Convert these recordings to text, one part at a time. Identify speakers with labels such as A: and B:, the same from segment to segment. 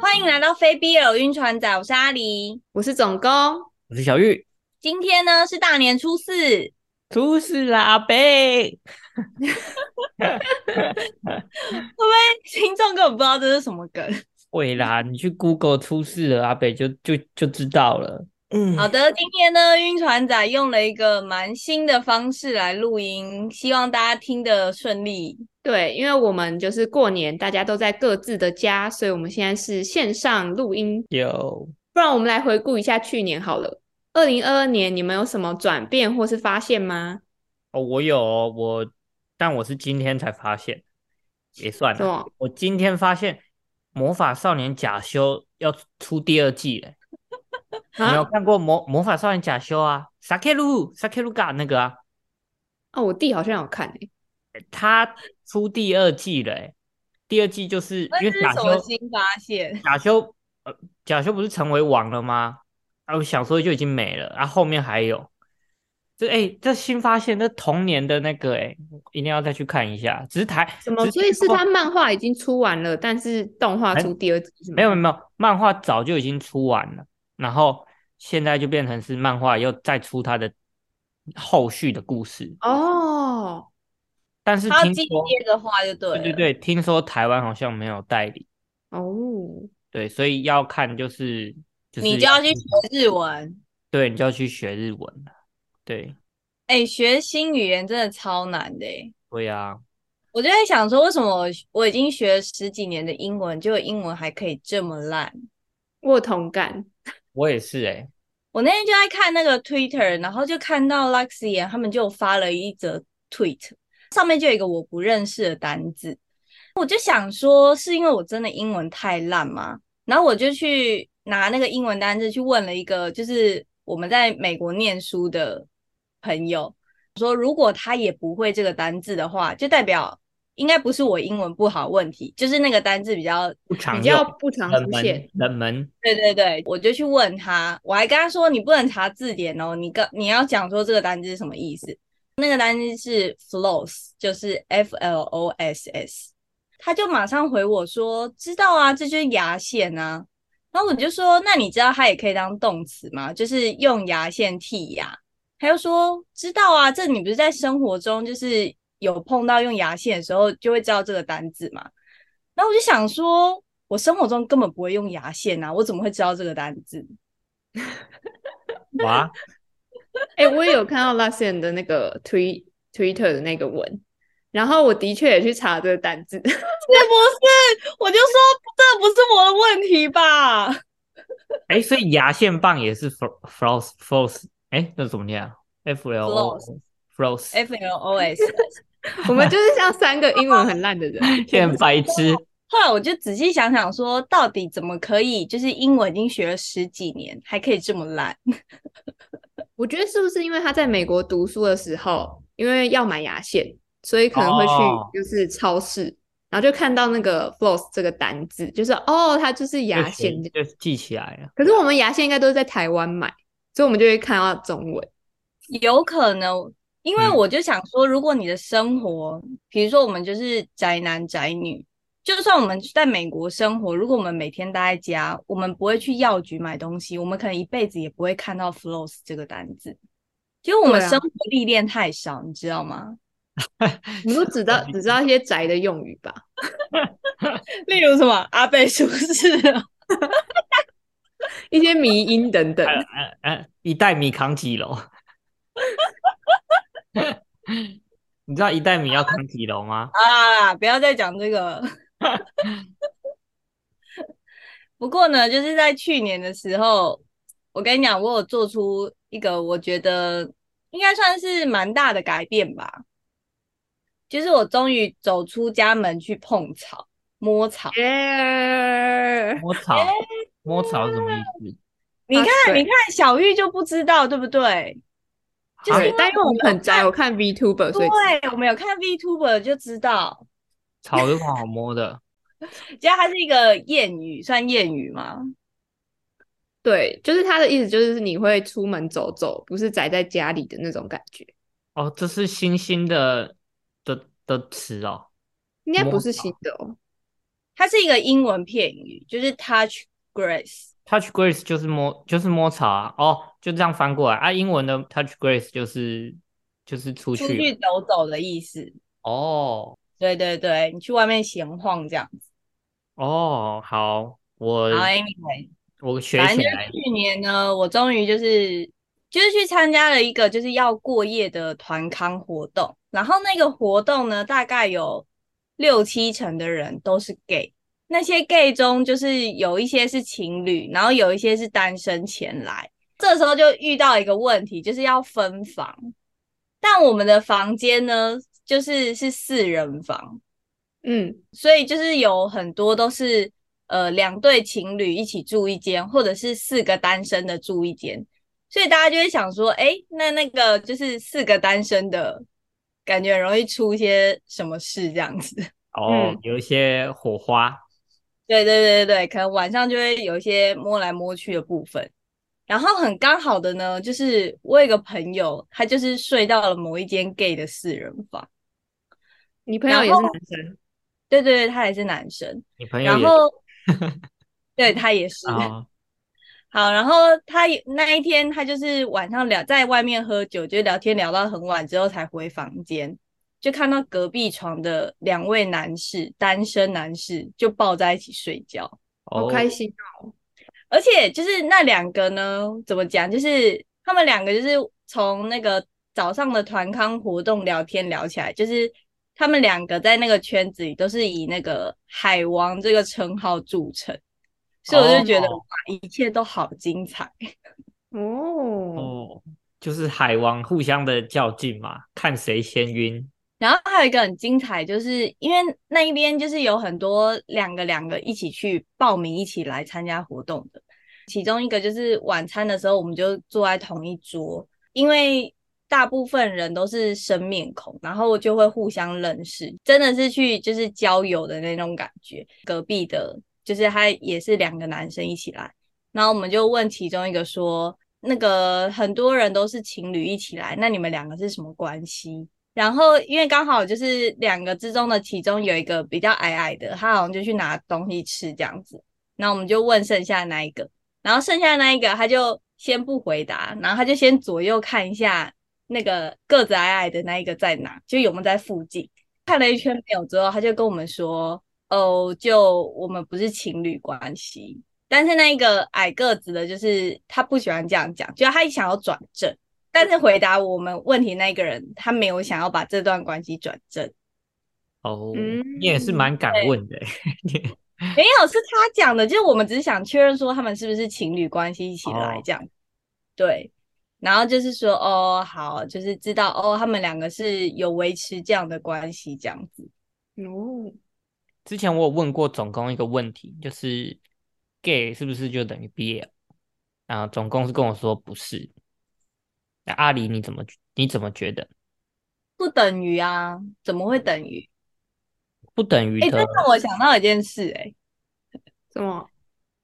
A: 欢迎来到非 BL 晕船仔，我是阿狸。
B: 我是总工，
C: 我是小玉，
A: 今天呢是大年初四，
C: 出事啦，阿贝。
A: 听众根本不知道这是什么梗。
C: 会啦，你去 Google 出事了，阿北就就就知道了。嗯
A: 好的，今天呢晕船仔用了一个蛮新的方式来录音，希望大家听得顺利。
B: 对，因为我们就是过年大家都在各自的家，所以我们现在是线上录音。
C: 有
B: 不然我们来回顾一下去年好了，二零二二年你们有什么转变或是发现吗？
C: 哦，我有哦我，但我是今天才发现，也算
B: 什
C: 了。
B: 么？
C: 我今天发现《魔法少年假修》要出第二季了。你有
B: 啊？
C: 看过魔《魔法少年假修》啊？萨克鲁萨克鲁嘎那个啊，
B: 哦，我弟好像有看欸诶、
C: 他出第二季了、欸。第二季就是因
A: 这
C: 为
A: 是
C: 假
A: 什么
C: 修
A: 新发现？
C: 假修，呃，假修不是成为王了吗？啊，我小说就已经没了，啊，后面还有。这哎、这新发现，这童年的那个哎、一定要再去看一下。只是台
B: 什么？
C: 只
B: 所以是
C: 说
B: 他漫画已经出完了，但是动画出第二集是吗？
C: 哎没有没有没有，漫画早就已经出完了，然后现在就变成是漫画又再出它的后续的故事。
B: 哦，
C: 但是
A: 他要
C: 听
A: 继
C: 说，
A: 接的话就对
C: 对
A: 了。
C: 对对，听说台湾好像没有代理，
B: 哦，
C: 对，所以要看就是就是
A: 你就要去学日文。
C: 对，你就要去学日文了，对。
A: 哎、学新语言真的超难的、欸。
C: 对啊呀、
A: 我就在想说，为什么我我已经学了十几年的英文，结果英文还可以这么烂？
B: 我有同感。
C: 我也是哎、
A: 我那天就在看那个 Twitter，然后就看到 Luxian 他们就发了一则 tweet，上面就有一个我不认识的单字，我就想说是因为我真的英文太烂吗？然后我就去拿那个英文单字去问了一个，就是我们在美国念书的朋友，说如果他也不会这个单字的话，就代表应该不是我英文不好的问题，就是那个单字比较
C: 不常
B: 比
C: 用，
B: 较不常
C: 冷
B: 出
C: 门
B: 现，
C: 冷门，
A: 对对对，我就去问他，我还跟他说你不能查字典哦，你跟你要讲说这个单字是什么意思。那个单字是 floss，就是 F L O S S，他就马上回我说知道啊，这就是牙线啊。然后我就说那你知道它也可以当动词吗？就是用牙线剔牙。他就说知道啊，这你不是在生活中就是有碰到用牙线的时候就会知道这个单字嘛？然后我就想说，我生活中根本不会用牙线啊，我怎么会知道这个单字？
C: 哇，
B: 哎、我也有看到 Luxian 的那个 Twi Twitter 的那个文，然后我的确也去查这个单字。
A: 是 不是？我就说这不是我的问题吧？
C: 哎、所以牙线棒也是 fro- floss floss，哎、那怎么念啊？F L O
A: Floss
C: floss，
A: F L O S。
B: 我们就是像三个英文很烂的人，
C: 现在白痴，
A: 后来我就仔细想想说，到底怎么可以？就是英文已经学了十几年，还可以这么烂？
B: 我觉得是不是因为他在美国读书的时候，因为要买牙线，所以可能会
C: 哦
B: 去就是超市，然后就看到那个 floss 这个单字，就是哦，它就是
C: 就
B: 牙
C: 学
B: 线。
C: 就记起来了。
B: 可是我们牙线应该都是在台湾买，所以我们就会看到中文。
A: 有可能，因为
C: 嗯
A: 我就想说，如果你的生活，比如说我们就是宅男宅女，就算我们在美国生活，如果我们每天待在家，我们不会去药局买东西，我们可能一辈子也不会看到 floss 这个单字。其实我们
B: 对啊
A: 生活历练太少，你知道吗？
B: 我们都只 知道只知道一些宅的用语吧。
A: 例如什么阿贝叔是
B: 一些迷音等等。
C: 呃呃，一袋米扛几楼？ 你知道一袋米要扛几楼吗？
A: 啊，不要再讲这个。 不过呢，就是在去年的时候，我跟你讲，我有做出一个我觉得应该算是蛮大的改变吧，就是我终于走出家门去碰草、摸草。
B: 耶！
C: 摸草，摸草什么意思？
A: 你看，
B: 对
A: 你看，小玉就不知道，对不对？就是
C: 啊
B: 对
A: 因，
B: 但因为我
A: 们
B: 们很宅，我看 VTuber，所以
A: 对，我们有看 VTuber 就知道，
C: 草有什么好摸的？
A: 其实它是一个谚语，算谚语吗？
B: 对，就是他的意思，就是你会出门走走，不是宅在家里的那种感觉。
C: 哦，这是新兴的的的词哦。
B: 应该不
C: 摸
B: 是
C: 草
B: 新的哦，
A: 它是一个英文片语，就是 touch grace。
C: touch grace 就是摸，就是摸草啊，哦，就这样翻过来啊。英文的 touch grace 就是就是出去
A: 出去走走的意思。
C: 哦
A: 对对对，你去外面闲晃这样子。
C: 哦，好，我
A: 然后 anyway，
C: 我学
A: 欸反正
C: 起
A: 就是
C: 来，
A: 去年呢，我终于就是就是去参加了一个就是要过夜的团康活动，然后那个活动呢，大概有六七成的人都是 gay。那些 gay 中，就是有一些是情侣，然后有一些是单身前来。这时候就遇到一个问题，就是要分房。但我们的房间呢，就是是四人房，
B: 嗯，
A: 所以就是有很多都是呃两对情侣一起住一间，或者是四个单身的住一间，所以大家就会想说，哎，那那个就是四个单身的感觉很容易出一些什么事这样子。
C: 哦
B: 嗯，
C: 有一些火花，
A: 对对对对对，可能晚上就会有一些摸来摸去的部分。然后很刚好的呢，就是我有一个朋友，他就是睡到了某一间 gay 的四人房，
B: 你朋友也是
A: 然后
B: 男生，
A: 对对对，他也是男生，
C: 你朋友
A: 然
C: 也
A: 后 对他也是，
C: 哦
A: 好，然后他也那一天他就是晚上聊在外面喝酒，就聊天聊到很晚之后才回房间，就看到隔壁床的两位男士，单身男士就抱在一起睡觉，
B: 好
C: 哦
B: 开心哦。
A: 而且就是那两个呢，怎么讲，就是他们两个就是从那个早上的团康活动聊天聊起来，就是他们两个在那个圈子里都是以那个海王这个称号著称，所以我就觉得、
C: 哦
A: 哇，一切都好精彩。
B: 哦，
C: 哦，就是海王互相的较劲嘛，看谁先晕。
A: 然后还有一个很精彩，就是因为那一边就是有很多两个两个一起去报名一起来参加活动的，其中一个就是晚餐的时候我们就坐在同一桌，因为大部分人都是生面孔，然后就会互相认识，真的是去就是交友的那种感觉。隔壁的，就是他也是两个男生一起来，然后我们就问其中一个说，那个很多人都是情侣一起来，那你们两个是什么关系？然后因为刚好就是两个之中的其中有一个比较矮矮的，他好像就去拿东西吃这样子。然后我们就问剩下的那一个，然后剩下的那一个他就先不回答，然后他就先左右看一下那个个子矮矮的那一个在哪，就有没有在附近。看了一圈没有之后，他就跟我们说：“哦，就我们不是情侣关系。”但是那一个矮个子的，就是他不喜欢这样讲，就他想要转正。但是回答我们问题那个人，他没有想要把这段关系转正，
C: 哦，
B: 嗯
C: 你也是蛮敢
A: 对
C: 问的欸，
A: 没有是他讲的，就是我们只是想确认说他们是不是情侣关系一起来
C: 哦
A: 这样，对，然后就是说哦好，就是知道哦他们两个是有维持这样的关系这样子，
B: 哦，
C: 之前我有问过总工一个问题，就是 gay 是不是就等于 BL？啊，总工是跟我说不是。那阿里你怎么你怎么觉得？
A: 不等于啊，怎么会等于？
C: 不等于
A: 哎、这
C: 的
A: 让我想到一件事、哎，
B: 什么？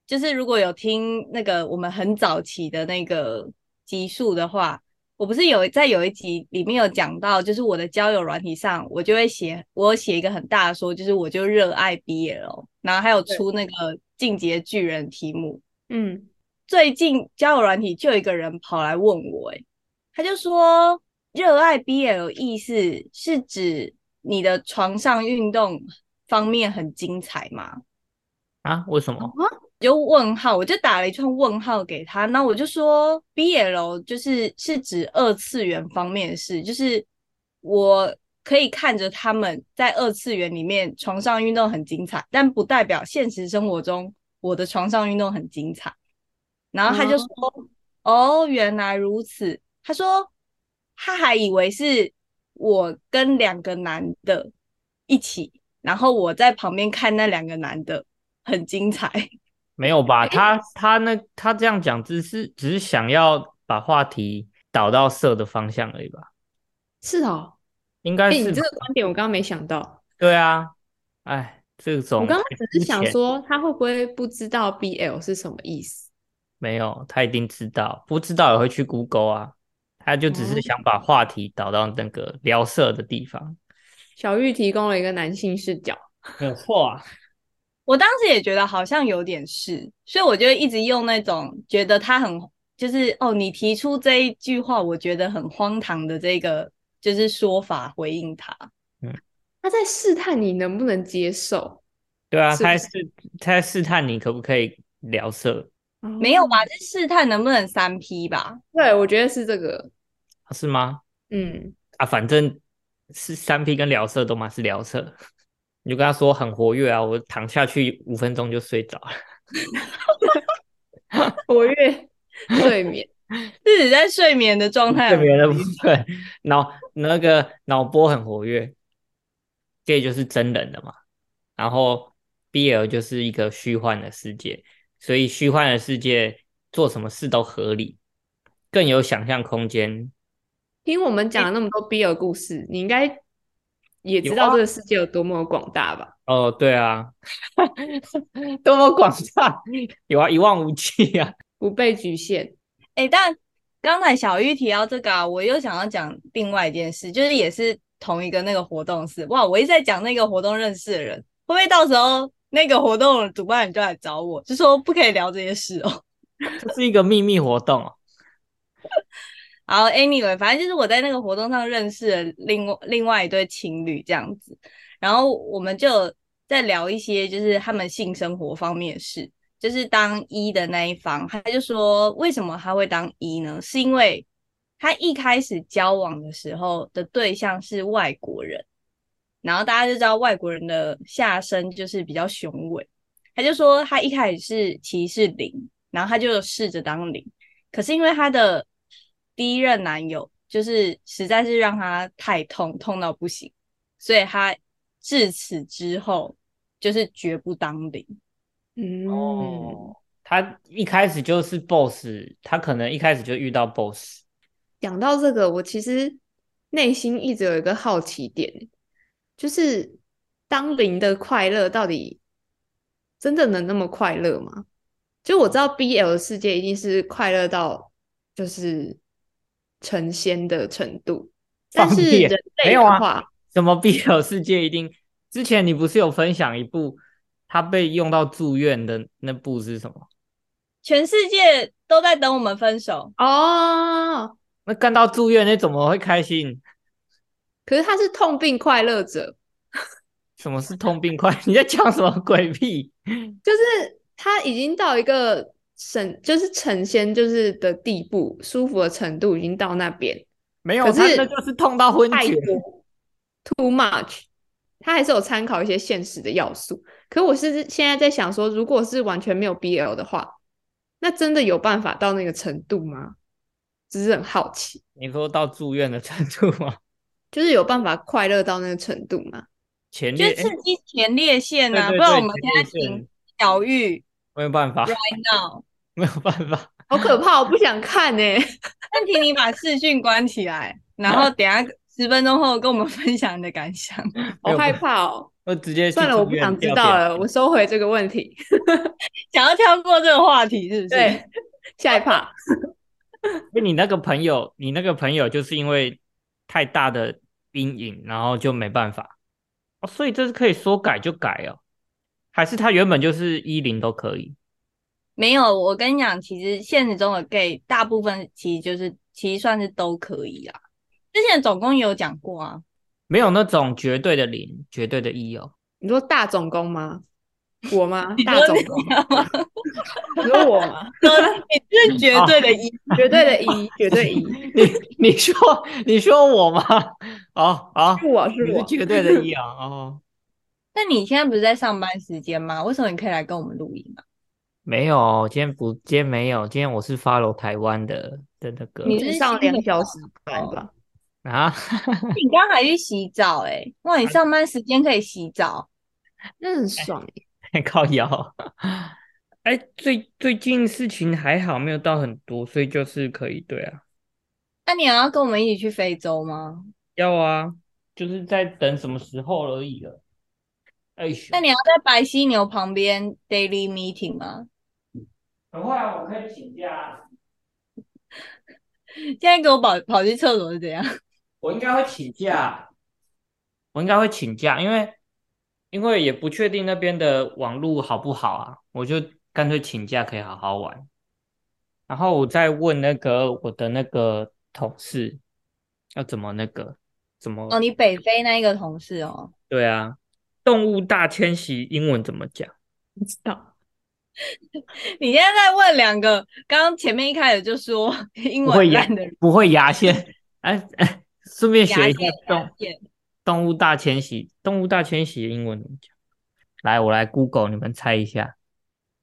A: 就是如果有听那个我们很早期的那个集数的话，我不是有在有一集里面有讲到，就是我的交友软体上，我就会写我有写一个很大的说，就是我就热爱 BL，然后还有出那个进阶巨人题目。
B: 嗯，
A: 最近交友软体就有一个人跑来问我、欸，他就说热爱 BL 意思是指你的床上运动方面很精彩吗？
C: 啊？为什
B: 哦
C: 么？
A: 我就问号，我就打了一串问号给他，那我就说 BL 就是是指二次元方面的事，就是我可以看着他们在二次元里面床上运动很精彩，但不代表现实生活中我的床上运动很精彩。然后他就说：“哦，原来如此。”他说他还以为是我跟两个男的一起，然后我在旁边看那两个男的很精彩。
C: 没有吧？他他那他这样讲，只是只是想要把话题导到色的方向而已吧？
B: 是哦。
C: 应该
B: 哎，
C: 是
B: 你
C: 吧
B: 这个观点我刚刚没想到，
C: 对啊。哎，这种
B: 我刚刚
C: 太
B: 只是
C: 肤
B: 想
C: 浅
B: 说他会不会不知道 BL 是什么意思？
C: 没有，他一定知道，不知道也会去 Google 啊。他就
B: 哦
C: 只是想把话题导到那个聊色的地方，
B: 小玉提供了一个男性视角，
C: 没有错啊。
A: 我当时也觉得好像有点是，所以我就一直用那种觉得他很就是哦，你提出这一句话，我觉得很荒唐的这个就是说法回应他。
B: 他在试探你能不能接受，
C: 对啊，
B: 是不
C: 他在
B: 是
C: 试他在试探你可不可以聊色，
A: 没有？吧？这试探能不能三 P 吧？
B: 对，我觉得是这个，
C: 是吗？
B: 嗯，
C: 啊，反正是三 P 跟聊色都嘛是聊色，你就跟他说很活跃啊，我躺下去五分钟就睡着了。
B: 活跃 睡眠，
A: 自己在睡眠的状态
C: 特，别的部分，脑那个脑波很活跃，gay 就是真人的嘛，然后 BL 就是一个虚幻的世界，所以虚幻的世界做什么事都合理，更有想象空间。
B: 听我们讲了那么多 BL 故事，你应该也知
C: 有
B: 道
C: 啊
B: 这个世界有多么广大吧？
C: 哦，对啊， 多么广大，有啊，一望无际啊。
B: 不被局限，
A: 哎、但刚才小玉提到这个啊，我又想要讲另外一件事，就是也是同一个那个活动是哇，我一直在讲那个活动认识的人，会不会到时候那个活动的主办人就来找我，就说不可以聊这些事哦。
C: 这是一个秘密活动哦，
A: 然后 anyway，反正就是我在那个活动上认识了另外另外一对情侣这样子，然后我们就有在聊一些就是他们性生活方面的事，就是当一的那一方，他就说为什么他会当一呢？是因为他一开始交往的时候的对象是外国人，然后大家就知道外国人的下身就是比较雄伟，他就说他一开始是其实是零，然后他就试着当零。可是因为她的第一任男友就是实在是让她太痛，痛到不行，所以她至此之后就是绝不当零。
B: 嗯，
C: 哦，他一开始就是 boss，他可能一开始就遇到 boss，
B: 讲到这个，我其实内心一直有一个好奇点，就是
C: 嗯
B: 当零的快乐到底真的能那么快乐吗？就我知
C: 嗯
B: 道 BL 的世界一定是快乐到就是成仙的程度，但
C: 放
B: 是
C: 屁
B: 人
C: 没
B: 类的
C: 有啊
B: 话，
C: 什么 BL 世界一定？之前你不是有分享一部他被用到住院的那部是什么？
A: 全世界都在等我们分手，
B: 哦，
C: 那干到住院那怎么会开心？
B: 可是他是痛并快乐着，
C: 什么是痛并快？你 在讲什么鬼屁？
B: 就是他已经到一个神，就是成仙就是的地步，舒服的程度已经到那边。
C: 没有，
B: 可
C: 他
B: 是
C: 那就是痛到昏
B: 太
C: 厥。
B: 多 too much，他还是有参考一些现实的要素。可我是现在在想说，如果是完全没有 BL 的话，那真的有办法到那个程度吗？只是很好奇，
C: 你说到住院的程度吗？
B: 就是有办法快乐到那个程度吗？
C: 前哎
A: 就
C: 列
A: 是
C: 诶
A: 刺激前列腺
C: 对
A: 啊！
C: 对
A: 不然
C: 对
A: 我们
C: 前
A: 现在
C: 列腺
A: 请小玉
C: 没有办法，
A: right now，
C: 没有办法。
B: 好可 怕，我不想看呢、欸
A: 但请你把视讯关起来，然后等一下十分钟后跟我们分享你的感想。
C: 没
B: 好
C: 有
B: 害
C: 办法，
B: 怕哦。
C: 我直接去
B: 算了，我
C: 住
B: 不
C: 院
B: 想知
C: 吊
B: 道
C: 点
B: 了，我收回这个问题。
A: 想要跳过这个话题是不是？
B: 对，下一趴。
C: 那你那个朋友，你那个朋友就是因为太大的阴影，然后就没办法。哦，所以这是可以说改就改哦，还是他原本就是一零都可以？
A: 没有，我跟你讲，其实现实中的 gay 大部分其实就是其实算是都可以啦。之前总共也有讲过啊，
C: 没有那种绝对的零，绝对的一哦。
B: 你说大总工吗？我吗？大
A: 说
B: 总
A: 你
B: 工？ 你说我吗？
A: 你是绝对的一，
B: 绝对的一，绝 对一，
C: 你你说你说我吗？哦哦
B: 是，我是
C: 你是
B: 我。
C: 绝对的一啊哦，
A: 那你现在不是在上班时间吗？为什么你可以来跟我们录音啊？
C: 没有，今天不今天没有，今天我是 follow 台湾的的那个
B: 你
A: 这
B: 是
A: 是
B: 上
A: 新
B: 两
A: 的
B: 小时班吧？
C: 啊，
A: 你刚才去洗澡哎、哇，你上班时间可以洗澡，
B: 那很爽欸耶，
C: 靠腰。 哎，最最近事情还好，没有到很多，所以就是可以，对啊，
A: 那你也要跟我们一起去非洲吗？
C: 要啊，就是在等什么时候而已了。哎咻，
A: 那你要在白犀牛旁边 daily meeting 吗？
C: 很快啊，我可以请假啊，
A: 现在给我跑跑去厕所是怎样？
C: 我应该会请假，我应该会请假，因为因为也不确定那边的网络好不好啊，我就干脆请假可以好好玩。然后我再问那个我的那个同事要怎么那个怎么
A: 哦，你北非那一个同事哦，
C: 对啊，动物大迁徙英文怎么讲？
B: 不知道，
A: 你现在在问两个，刚刚前面一开始就说 英
C: 不会
A: 文
C: 牙
A: 烂的人，
C: 不会牙线，哎哎，顺便学一
A: 牙
C: 下
A: 线啊
C: 动
A: 线
C: 动物大迁徙，动物大迁徙的英文怎么讲？来，我来 Google，你们猜一下，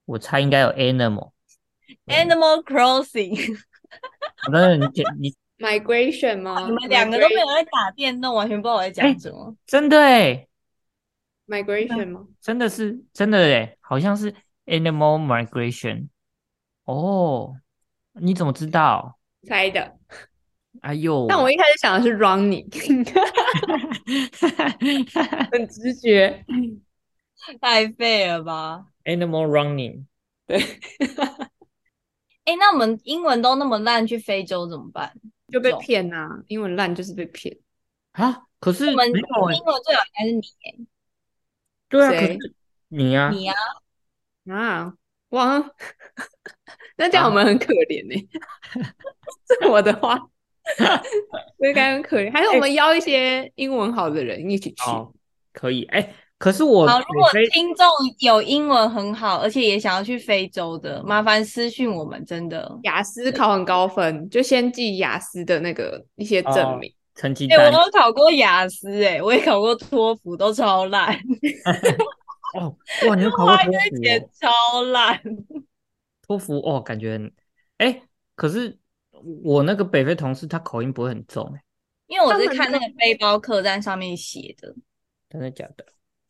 C: 我猜应该有 animal。嗯
A: Animal Crossing，
C: 我真的，你简 你
B: migration 吗？
A: 你们两个都没有在打电动，完全不知道我在
C: 哎
A: 讲什么。
C: 真的哎，
B: migration 吗？
C: 真的是真的哎，好像是 animal migration。哦，你怎么知道？
B: 猜的，
C: 哎呦，
B: 但我 一开始想的是 running，很直觉。
A: 太废了吧？
C: animal running，
A: 哎、那我们英文都那么烂，去非洲怎么办？
B: 就被
A: 走
B: 骗呐、啊，英文烂就是被骗。
C: 啊，可是
A: 我们
C: 没有哎
A: 英文最好应该是你耶、
C: 对啊，可
B: 谁
C: 是你啊，
A: 你啊，
B: 啊，哇， 那这样
C: 啊
B: 我们很可怜呢、 这我的 话，我应该很可怜。还是我们邀一些英文好的人一起去，
C: 哎哦，可以哎、可是我
A: 好，如果
C: 北非
A: 听众有英文很好，而且也想要去非洲的，麻烦私讯我们，真的。
B: 雅思考很高分，就先寄雅思的那个一些
C: 哦
B: 证明。
C: 成绩
A: 哎、
C: 单
A: 我有考过雅思、哎，我也考过托福，都超烂，
C: 哦，哇，你有考过托
A: 而且
C: 福、哦？
A: 超烂。
C: 托福哦，感觉很哎、可是我那个北非同事他口音不会很重哎、
A: 因为我是
B: 他们
A: 看那
B: 都
A: 个背包客栈上面写的，
C: 真的假的？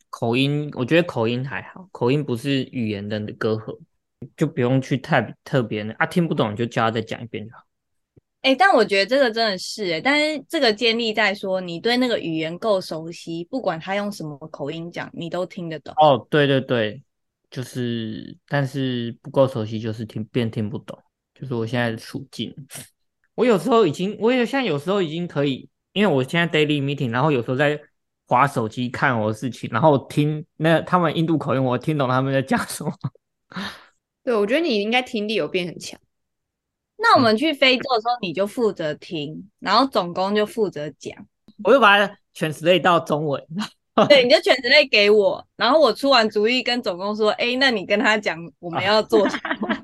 C: 口音我觉得口音还好，口音不是语言的隔阂，就不用去太特别的啊，听不懂你就叫他再讲一遍就好。
A: 哎、但我觉得这个真的是、哎，但是这个建立在说你对那个语言够熟悉，不管他用什么口音讲，你都听得懂。
C: 哦，对对对，就是，但是不够熟悉，就是听变听不懂，就是我现在的处境。我有时候已经，我有现在有时候已经可以，因为我现在 daily meeting，然后有时候在划手机看我的事情，然后听那他们印度口音，我听懂他们在讲什么。
B: 对，我觉得你应该听力有变很强。
A: 那我们去非洲的时候，你就负责听，然后总工就负责讲，
C: 我又把它 translate 到中文，
A: 对，你就全职类给我，然后我出完主意跟总工说，哎，那你跟他讲我们要做 什么，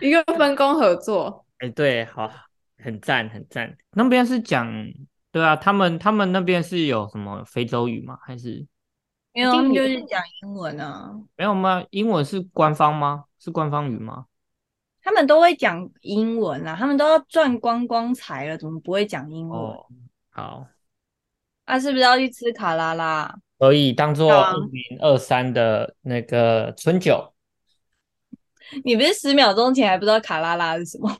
B: 一个分工合作，
C: 哎，对，好，很赞，很赞。那边是讲，对啊，他们他们那边是有什么非洲语吗？还是
A: 没有，他们
B: 一定
A: 就
B: 有
A: 是讲英文啊，
C: 没有吗？英文是官方吗？是官方语吗？
A: 他们都会讲英文啦，他们都要赚光光财了，怎么不会讲英文？
C: 哦，好，
A: 啊，是不是要去吃卡拉拉？
C: 可以当做
B: 啊
C: 二零二三的那个春酒。
A: 你不是十秒钟前还不知道卡拉拉是什么？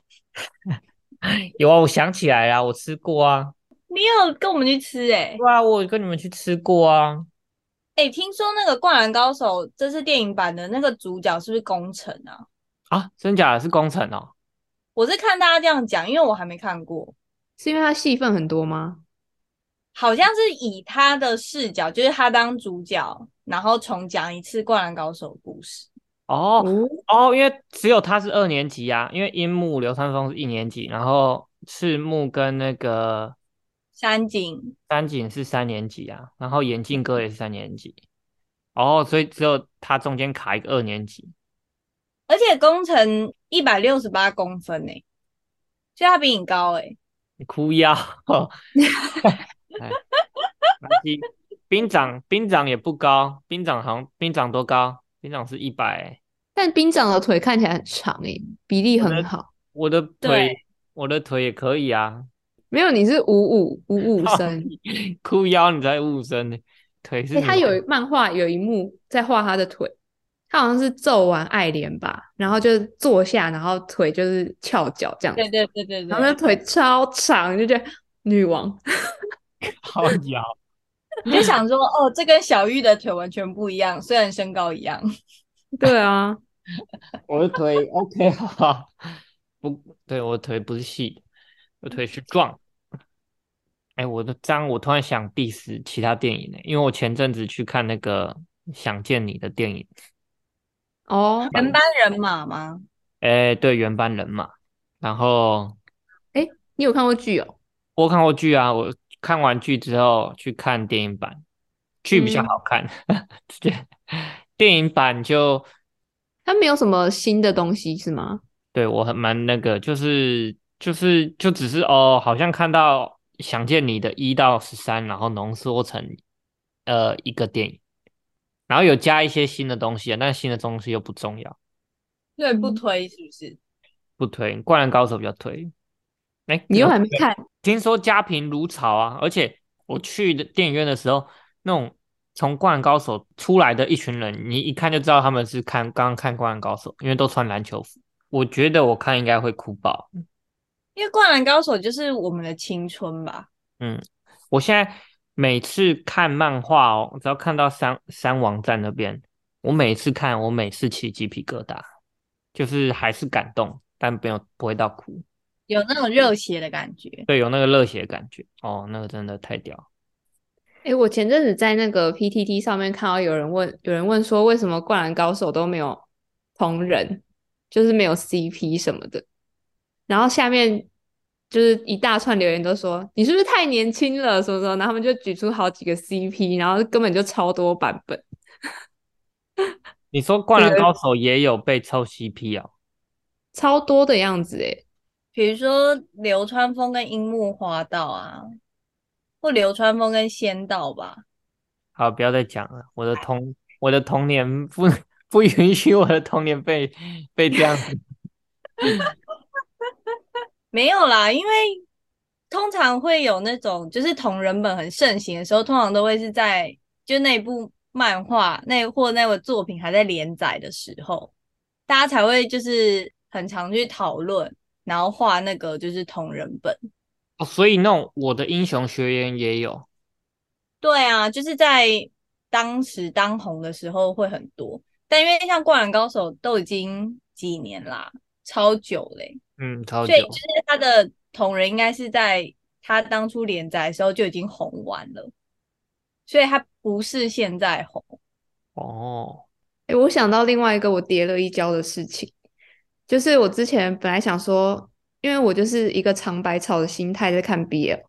C: 有啊，我想起来啦，我吃过啊，
A: 你有跟我们去吃哎、
C: 对啊，我有跟你们去吃过啊。
A: 哎、听说那个《灌篮高手》这是电影版的那个主角是不是工程啊？
C: 啊，真假的是工程哦，
A: 我是看大家这样讲，因为我还没看过，
B: 是因为他戏份很多吗？
A: 好像是以他的视角，就是他当主角，然后重讲一次《灌篮高手》的故事。
B: 嗯
C: 哦哦，因为只有他是二年级啊，因为樱木、流川枫是一年级，然后赤木跟那个
A: 山井
C: 三井是三年级啊，然后眼镜哥也是三年级，哦，所以只有他中间卡一个二年级，
A: 而且工程一百六十八公分呢、所以他比你高哎、
C: 你哭腰。哎垃圾兵长，兵长也不高，兵长好像兵长多高？兵长是一百，
B: 但兵长的腿看起来很长诶、比例
C: 我
B: 很
C: 的
B: 好。
C: 我的腿
A: 对，
C: 我的腿也可以啊。
B: 没有，你是五五五五
C: 哦
B: 身。
C: 哭腰你才五身呢，腿是
B: 欸，他
C: 你的
B: 有一漫画有一幕在画他的腿，他好像是揍完爱莲吧，然后就坐下，然后腿就是翘脚这样子，
A: 对对对对
B: 然后那
A: 对，
B: 腿超长，就觉得女王。
C: 好腰。
A: 你就想说哦，这跟小玉的腿完全不一样，虽然身高一 样。
B: 对啊，
C: 我的腿 OK 哈，不对，我的腿不是细的，我腿是壮。哎，我的这样我突然想 diss 其他电影呢、因为我前阵子去看那个《想见你》的电影，
B: 哦，
A: 原班人马吗？
C: 哎，对，原班人马。然后
B: 你有看过剧哦？
C: 我看过剧啊，我看完剧之后去看电影版，剧比较
B: 嗯
C: 好看， 对，电影版就
B: 它没有什么新的东西是吗？
C: 对我很蛮那个，就是就是就只是哦，好像看到《想见你》的一到十三，然后浓缩成呃一个电影，然后有加一些新的东西啊，但是新的东西又不重要，
A: 对，不
B: 嗯
A: 推是不是？
C: 不推《灌篮高手》比较推。哎，
B: 你又还没
C: 看？
B: 看？
C: 听说家贫如潮啊，而且我去的电影院的时候，那种从《灌篮高手》出来的一群人，你一看就知道他们是看刚刚看《灌篮高手》，因为都穿篮球服。我觉得我看应该会哭爆。
A: 因为《灌篮高手》就是我们的青春吧。
C: 我现在每次看漫画哦，只要看到三三王站那边，我每次看，我每次起鸡皮疙瘩，就是还是感动，但没有不会到哭。
A: 有那种热血的感觉，
C: 对，有那个热血的感觉哦，那个真的太屌。
B: 哎，我前阵子在那个 PTT 上面看到有人问，有人问说为什么《灌篮高手》都没有同人，就是没有 CP 什么的。然后下面就是一大串留言都说你是不是太年轻了什么什么，然后他们就举出好几个 CP，然后根本就超多版本。
C: 你说《灌篮
B: 对
C: 高手》也有被抽 CP 啊、
B: 超多的样子诶，
A: 比如说流川枫跟樱木花道啊，或流川枫跟仙道吧。
C: 好，不要再讲了。我的童，我的童年不 不允许我的童年被被这样子
A: 没有啦，因为通常会有那种就是同人本很盛行的时候，通常都会是在就那部漫画那或那个作品还在连载的时候，大家才会就是很常去讨论，然后画那个就是同人本。
C: 哦。所以那种我的英雄学员也有，
A: 对啊，就是在当时当红的时候会很多，但因为像《灌篮高手》都已经几年啦，超久嘞、
C: 嗯，超久
A: 所以。就是他的同人应该是在他当初连载的时候就已经红完了，所以他不是现在红。
C: 哦，
B: 诶，我想到另外一个我跌了一跤的事情，就是我之前本来想说，因为我就是一个尝百草的心态在看 BL，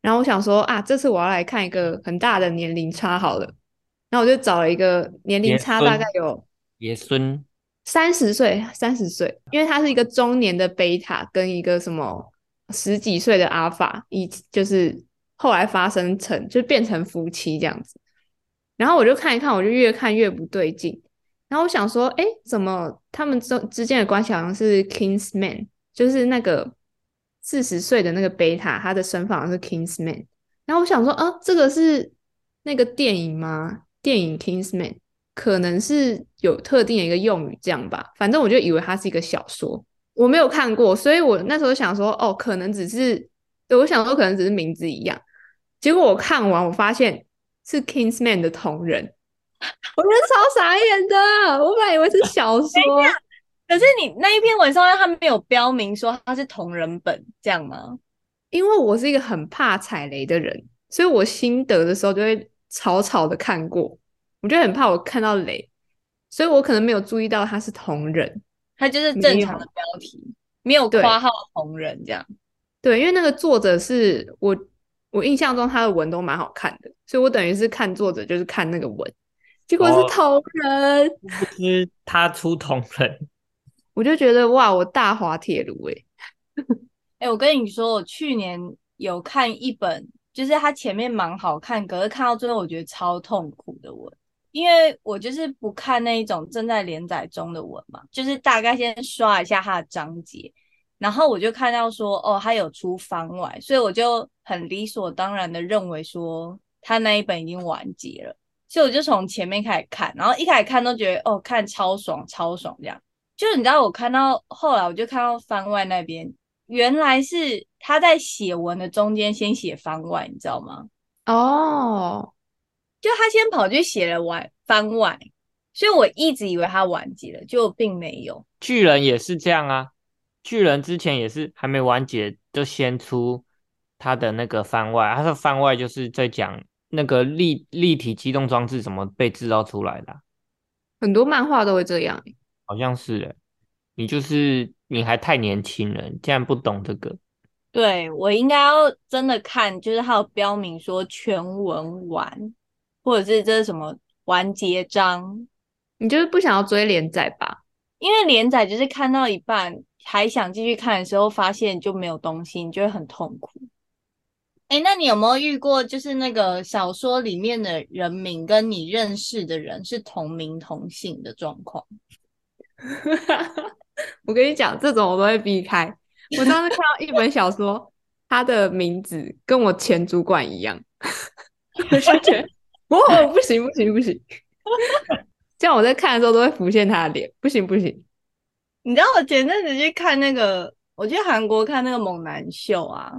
B: 然后我想说啊，这次我要来看一个很大的年龄差好了，然后我就找了一个年龄
C: 爷
B: 差大
C: 孙
B: 概有
C: 爷孙
B: 三十岁，三十岁，因为他是一个中年的贝塔跟一个什么十几岁的阿法，一就是后来发生成就变成夫妻这样子。然后我就看一看，我就越看越不对劲。然后我想说，哎，怎么他们之之间的关系好像是 Kingsman，就是那个四十岁的那个贝塔，他的身份好像是 Kingsman。然后我想说，啊，这个是那个电影吗？电影 Kingsman 可能是有特定的一个用语这样吧。反正我就以为它是一个小说，我没有看过，所以我那时候想说，哦，可能只是，对，我想说可能只是名字一样。结果我看完，我发现是 Kingsman 的同人，我觉得超傻眼的。我本来以为是小说，
A: 可是你那一篇文上面他没有标明说他是同人本这样吗？
B: 因为我是一个很怕踩雷的人，所以我心得的时候就会草草的看过，我就很怕我看到雷，所以我可能没有注意到他是同人。
A: 他就是
B: 没
A: 正常
B: 有
A: 的标题，没有
B: 对
A: 括号同人这样。
B: 对，因为那个作者是我，我印象中他的文都蛮好看的，所以我等于是看作者就是看那个文，结果是
C: 哦
B: 同人，
C: 就是他出同人，
B: 我就觉得哇，我大滑铁卢欸诶。
A: 哎、我跟你说，我去年有看一本，就是它前面蛮好看，可是看到最后我觉得超痛苦的文，因为我就是不看那一种正在连载中的文嘛，就是大概先刷一下它的章节，然后我就看到说，哦，它有出番外，所以我就很理所当然的认为说，它那一本已经完结了，所以我就从前面开始看，然后一开始看都觉得，哦，看超爽，超爽这样。就是你知道，我看到后来，我就看到番外那边，原来是他在写文的中间先写番外，你知道吗？
B: 哦，
A: 就他先跑去写了完番外，所以我一直以为他完结了，就并没有。
C: 巨人也是这样啊。巨人之前也是还没完结，就先出它的那个番外，它的番外就是在讲那个立立体机动装置怎么被制造出来的啊、
B: 很多漫画都会这样欸。
C: 好像是欸你就是你还太年轻了，你竟然不懂这个。
A: 对我应该要真的看，就是还有标明说全文完，或者是这是什么完结章，
B: 你就是不想要追连载吧？
A: 因为连载就是看到一半还想继续看的时候，发现就没有东西，你就会很痛苦。哎，那你有没有遇过，就是那个小说里面的人名跟你认识的人是同名同姓的状况？
B: 我跟你讲，这种我都会避开。我上次看到一本小说，它的名字跟我前主管一样， 我就觉得，哦，不行不行不行， 这样我在看的时候都会浮现他的脸，不行不行，
A: 你知道我前阵子去看那个，我去韩国看那个猛男秀啊，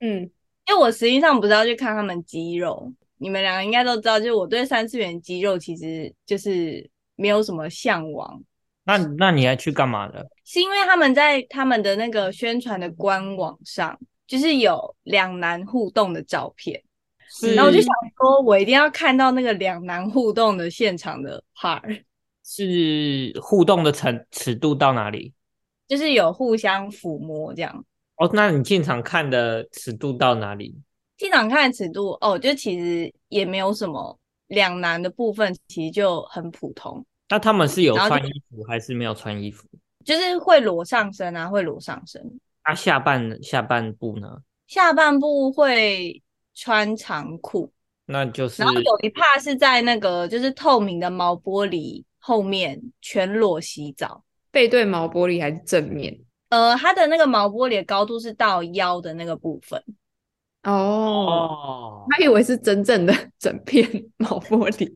B: 嗯，
A: 因为我实际上不是要去看他们肌肉，你们两个应该都知道，就是我对三次元肌肉其实就是没有什么向往，
C: 那那你还去干嘛的？
A: 是因为他们在他们的那个宣传的官网上，就是有两男互动的照片，
C: 是
A: 然嗯后我就想说，我一定要看到那个两男互动的现场的 part，
C: 是互动的程尺度到哪里？
A: 就是有互相抚摸这样。
C: 哦，那你进场看的尺度到哪里？
A: 现场看的尺度哦，就其实也没有什么两难的部分，其实就很普通，
C: 那他们是有
A: 然后就
C: 穿衣服还是没有穿衣服？
A: 就是会裸上身啊，会裸上身，
C: 那下半下半部呢？
A: 下半部会穿长裤，
C: 那就是
A: 然后有一趴是在那个就是透明的毛玻璃后面全裸洗澡，
B: 背对毛玻璃还是正面？
A: 呃，它的那个毛玻璃的高度是到腰的那个部分，
B: 哦，
C: 哦，
B: 他以为是真正的整片毛玻 璃，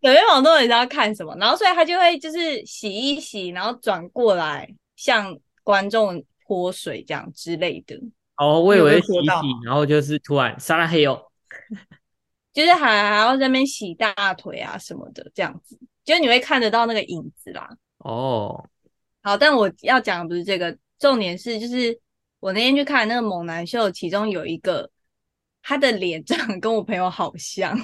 A: 有些网络人知道看什么，然后所以他就会就是洗一洗，然后转过来向观众泼水这样之类的，
C: 哦，我以
B: 有被
C: 为洗
B: 戳
C: 一
B: 到
C: 洗，然后就是突然沙拉黑哦，
A: 就是还还要在那边洗大腿啊什么的这样子，就是你会看得到那个影子啦。
C: 哦，
A: 好，但我要讲的不是这个，重点是就是我那天去看那个猛男秀，其中有一个他的脸长得跟我朋友好像，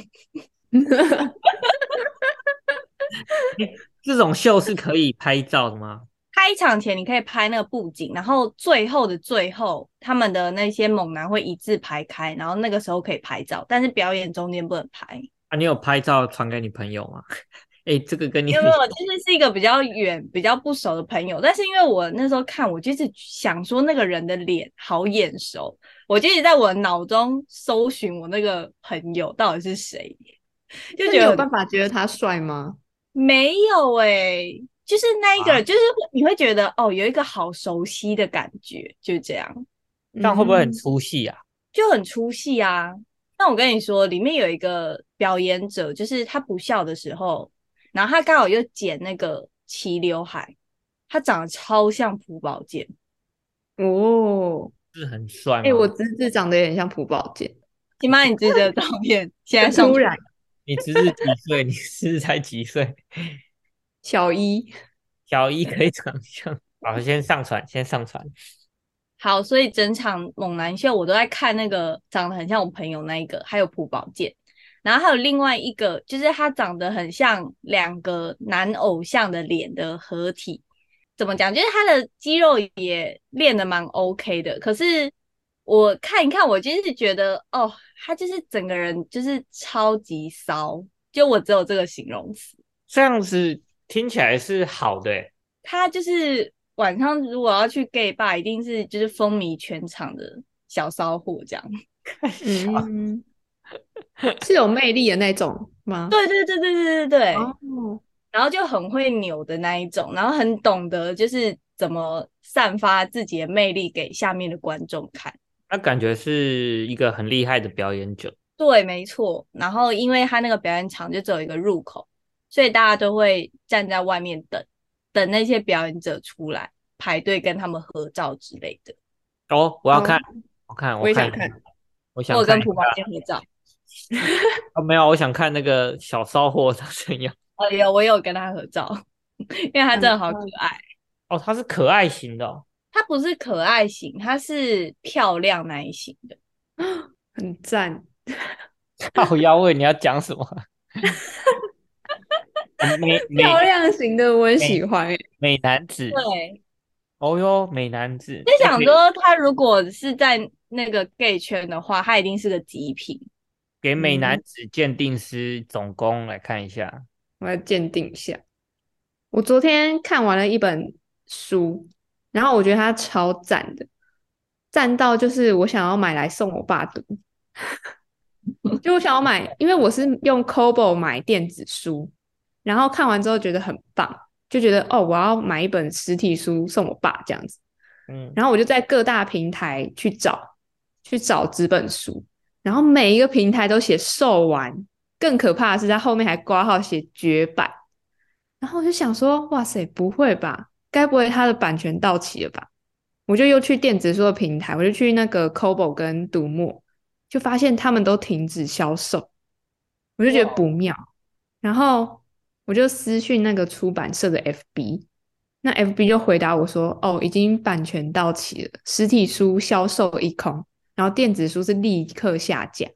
C: 这种秀是可以拍照的吗？
A: 开场前你可以拍那个布景，然后最后的最后，他们的那些猛男会一字排开，然后那个时候可以拍照，但是表演中间不能拍，
C: 啊，你有拍照传给你朋友吗？ 哎，这个跟你
A: 因为我就是是一个比较远、比较不熟的朋友，但是因为我那时候看，我就是想说那个人的脸好眼熟，我就一直在我脑中搜寻我那个朋友到底是谁，就
B: 那你
A: 觉得
B: 有
A: 很
B: 办法觉得他帅吗？
A: 没有哎、就是那一个，
C: 啊
A: 就是你会觉得哦，有一个好熟悉的感觉，就这样。
C: 这样会不会很
B: 嗯
C: 出戏啊？
A: 就很出戏啊。但我跟你说，里面有一个表演者，就是他不笑的时候，然后他刚好又剪那个齐刘海，他长得超像朴宝剑。
B: 哦？
C: 是很帅吗？
B: 哎，我侄子长得有点像朴宝剑，
A: 请把你自己的照片现在上
B: 突
A: 传
B: 然
C: 你侄子几岁？你侄子才几岁？
B: 小一，
C: 小一可以长相。 好，先上传，先上传。
A: 好，所以整场猛男秀我都在看那个长得很像我朋友那一个，还有朴宝剑，然后还有另外一个，就是他长得很像两个男偶像的脸的合体。怎么讲？就是他的肌肉也练得蛮 OK 的，可是我看一看，我就是觉得哦，他就是整个人就是超级骚，就我只有这个形容词。
C: 这样子听起来是好的、欸，
A: 他就是晚上如果要去 gay bar，一定是就是风靡全场的小骚货这样。
B: 嗯， 是有魅力的那种吗？
A: 对对对对对对对，
B: 哦，
A: 然后就很会扭的那一种，然后很懂得就是怎么散发自己的魅力给下面的观众看。
C: 那感觉是一个很厉害的表演者。
A: 对，没错。然后因为他那个表演场就只有一个入口，所以大家都会站在外面等，等那些表演者出来排队跟他们合照之类的。
C: 哦，我要
B: 哦
C: 看，我看，
B: 我也
C: 看，
B: 想看，
C: 我想
A: 我有跟
C: 看
A: 朴宝剑合照，
C: 哦，没有，我想看那个小骚货长怎样。
A: 哦 有我有跟他合照，因为他真的好可爱。
C: 哦，他是可爱型的哦、
A: 它不是可爱型，它是漂亮那一型的。
B: 很
C: 哦
B: 赞。
C: 靠腰位你要讲什么？ 美 美
B: 漂亮型的我也喜欢欸，
C: 美男子，
A: 对，
C: 哦哟，美男子。
A: 就嗯想说他如果是在那个 gay 圈的话，他一定是个极品。
C: 给美
B: 嗯
C: 男子鉴定师总工来看一下。
B: 我来鉴定一下。我昨天看完了一本书，然后我觉得它超赞的，赞到就是我想要买来送我爸读。 就我想要买，因为我是用 Kobo 买电子书，然后看完之后觉得很棒，就觉得哦，我要买一本实体书送我爸这样子。
C: 嗯，
B: 然后我就在各大平台去找，去找纸本书，然后每一个平台都写售完，更可怕的是它后面还挂号写绝版，然后我就想说，哇塞，不会吧？该不会它的版权到期了吧？我就又去电子书的平台，我就去那个 Kobo 跟读墨，就发现他们都停止销售，我就觉得
A: 哇
B: 不妙，然后我就私讯那个出版社的 FB，那 FB 就回答我说：“哦，已经版权到期了，实体书销售一空，然后电子书是立刻下架。”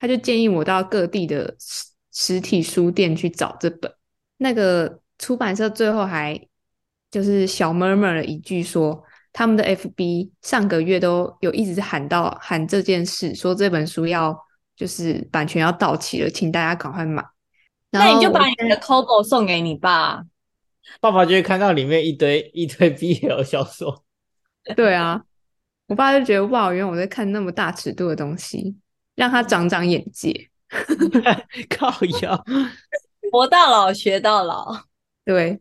B: 他就建议我到各地的实实体书店去找这本。那个出版社最后还就是小 murmur 了一句说，他们的 FB 上个月都有一直喊到喊这件事，说这本书要就是版权要到期了，请大家赶快买。然
A: 那你就
B: 后我
A: 把你的 Kobo 送给你爸，
C: 爸爸就会看到里面一堆一堆 BL 销售。
B: 对啊，我爸就觉得哇，原来我在看那么大尺度的东西，让他长长眼界。
C: 靠腰，
A: 活到老学到老。
B: 对，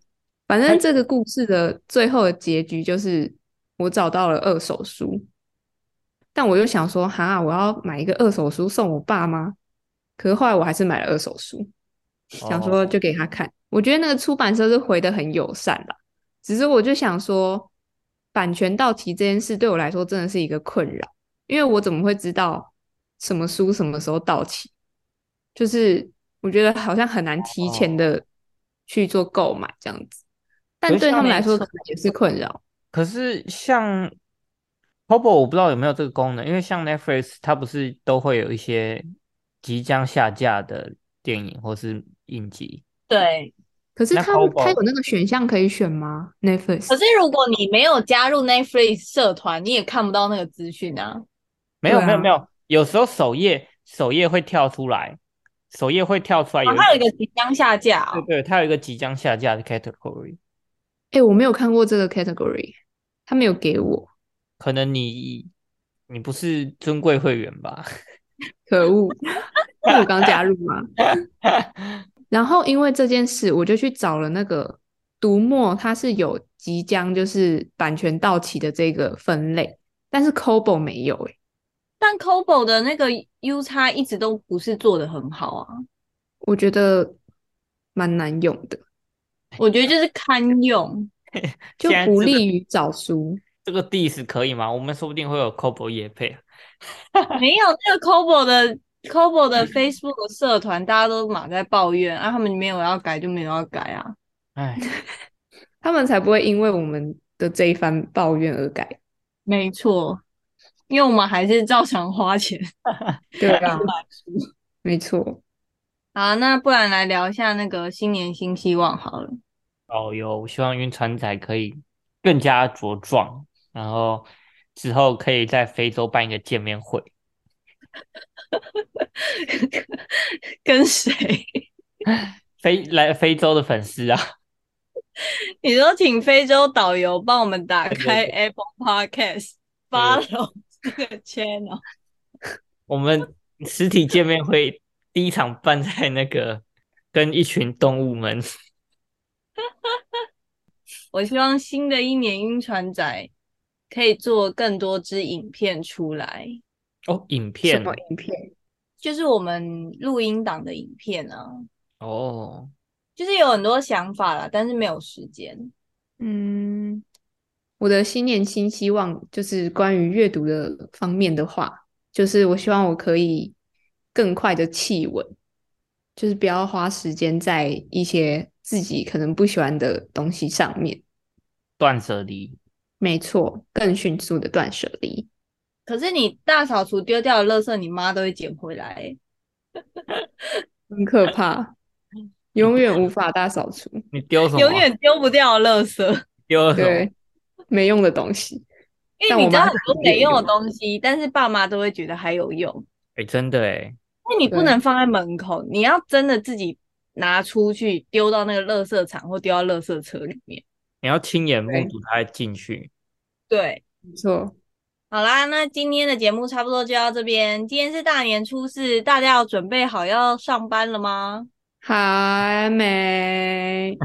B: 反正这个故事的最后的结局就是我找到了二手书，但我又想说，哈，我要买一个二手书送我爸妈。可是后来我还是买了二手书，想说
C: 哦
B: 就给他看。我觉得那个出版社是回的很友善啦，只是我就想说，版权到期这件事对我来说真的是一个困扰，因为我怎么会知道什么书什么时候到期？就是我觉得好像很难提
C: 哦
B: 前的去做购买这样子，但
C: 可是
B: 对他
C: 像
B: 们来
A: 那
B: 说
A: 种
B: 可能也是困扰。
C: 可是像 Kobo 我不知道有没有这个功能，因为像 Netflix 它不是都会有一些即将下架的电影或是影集，
A: 对，
B: 可是
C: 那
B: 他们他
C: Kobo-
B: 有那个选项可以选吗？Netflix
A: 可是如果你没有加入 Netflix 社团，你也看不到那个资讯啊。
C: 没有
B: 对啊
C: 没有没有，有时候首页首页会跳出来，首页会跳
B: 哎
C: 出来有
A: 哦，
C: 一
A: 它有一
C: 个
A: 个即将下架哦
C: 对对，它有一个即将下架的 category，
B: 哎、我没有看过这个 category，他没有给我，
C: 可能你你不是尊贵会员吧？
B: 可恶！ 因为我刚加入嘛。然后因为这件事，我就去找了那个读墨，它是有即将就是版权到期的这个分类，但是 Kobo 没有欸诶、
A: 但 Kobo 的那个 U 叉一直都不是做的很好啊，
B: 我觉得蛮难用的，哎
A: 我觉得就是堪 用。
B: 就
C: 现在
B: 不
C: 这个
B: 利于找书。
C: 这个 diss 可以吗？我们说不定会有 Kobo 也配。
A: 没有那个 Kobo 的 Kobo 的 Facebook 社团，大家都马在抱怨啊，他们没有要改就没有要改啊。
C: 哎，
B: 他们才不会因为我们的这一番抱怨而改。
A: 没错，因为我们还是照常花 钱。
B: 对啊，没错。
A: 好，那不然来聊一下那个新年新希望好了。
C: 哦哟，我希望晕船仔可以更加茁壮，然后之后可以在非洲办一个见面会，
A: 跟谁？
C: 非来非洲的粉丝啊，
A: 你说请非洲导游帮我们打
C: 对对
A: 开
C: 对
A: Apple Podcast，follow 这个 channel。
C: 我们实体见面会第一场办在那个跟一群动物们，
A: 我希望新的一年晕船仔可以做更多支影片出来，
C: 哦， 影
B: 什
C: 片
B: 么影片？
A: 就是我们录音档的影片啊，
C: 哦，
A: 就是有很多想法啦，但是没有时间。
B: 嗯，我的新年新希望就是关于阅读的方面的话，就是我希望我可以更快的弃文，就是不要花时间在一些自己可能不喜欢的东西上面。
C: 断舍离，
B: 没错，更迅速的断舍离。
A: 可是你大扫除丢掉的垃圾，你妈都会捡回来欸。
B: 很可怕，永远无法大扫除。
C: 你丢什么？
A: 永远丢不掉的垃 圾，
C: 丢了什么？
B: 对，没用的东西，
A: 因为
B: 但
A: 你
B: 我
A: 知道
B: 妈
A: 很多
B: 很
A: 没用的
B: 有
A: 东西，但是爸妈都会觉得还有用。
C: 哎、真的哎，
A: 那你不
B: 对
A: 能放在门口，你要真的自己拿出去丢到那个垃圾场或丢到垃圾车里面。
C: 你要亲眼目
B: 对
C: 睹它进 去。
A: 对，
B: 没错，
A: 好啦，那今天的节目差不多就到这边。今天是大年初四，大家要准备好要上班了 吗？
B: 还没。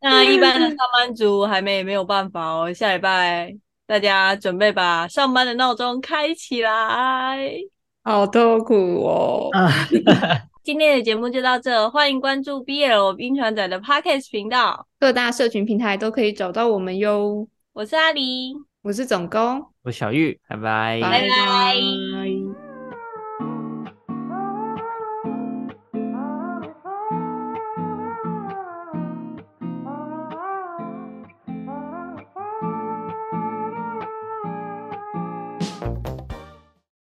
A: 那一般的上班族还没没有办法哦，下礼拜大家准备把上班的闹钟开起来。
B: 好痛苦哦！
A: 今天的节目就到这，欢迎关注 BL 冰船仔的 Podcast 频道，
B: 各大社群平台都可以找到我们哟。
A: 我是阿狸。
B: 我是总工，
C: 我小玉，拜拜
A: 拜拜
B: 拜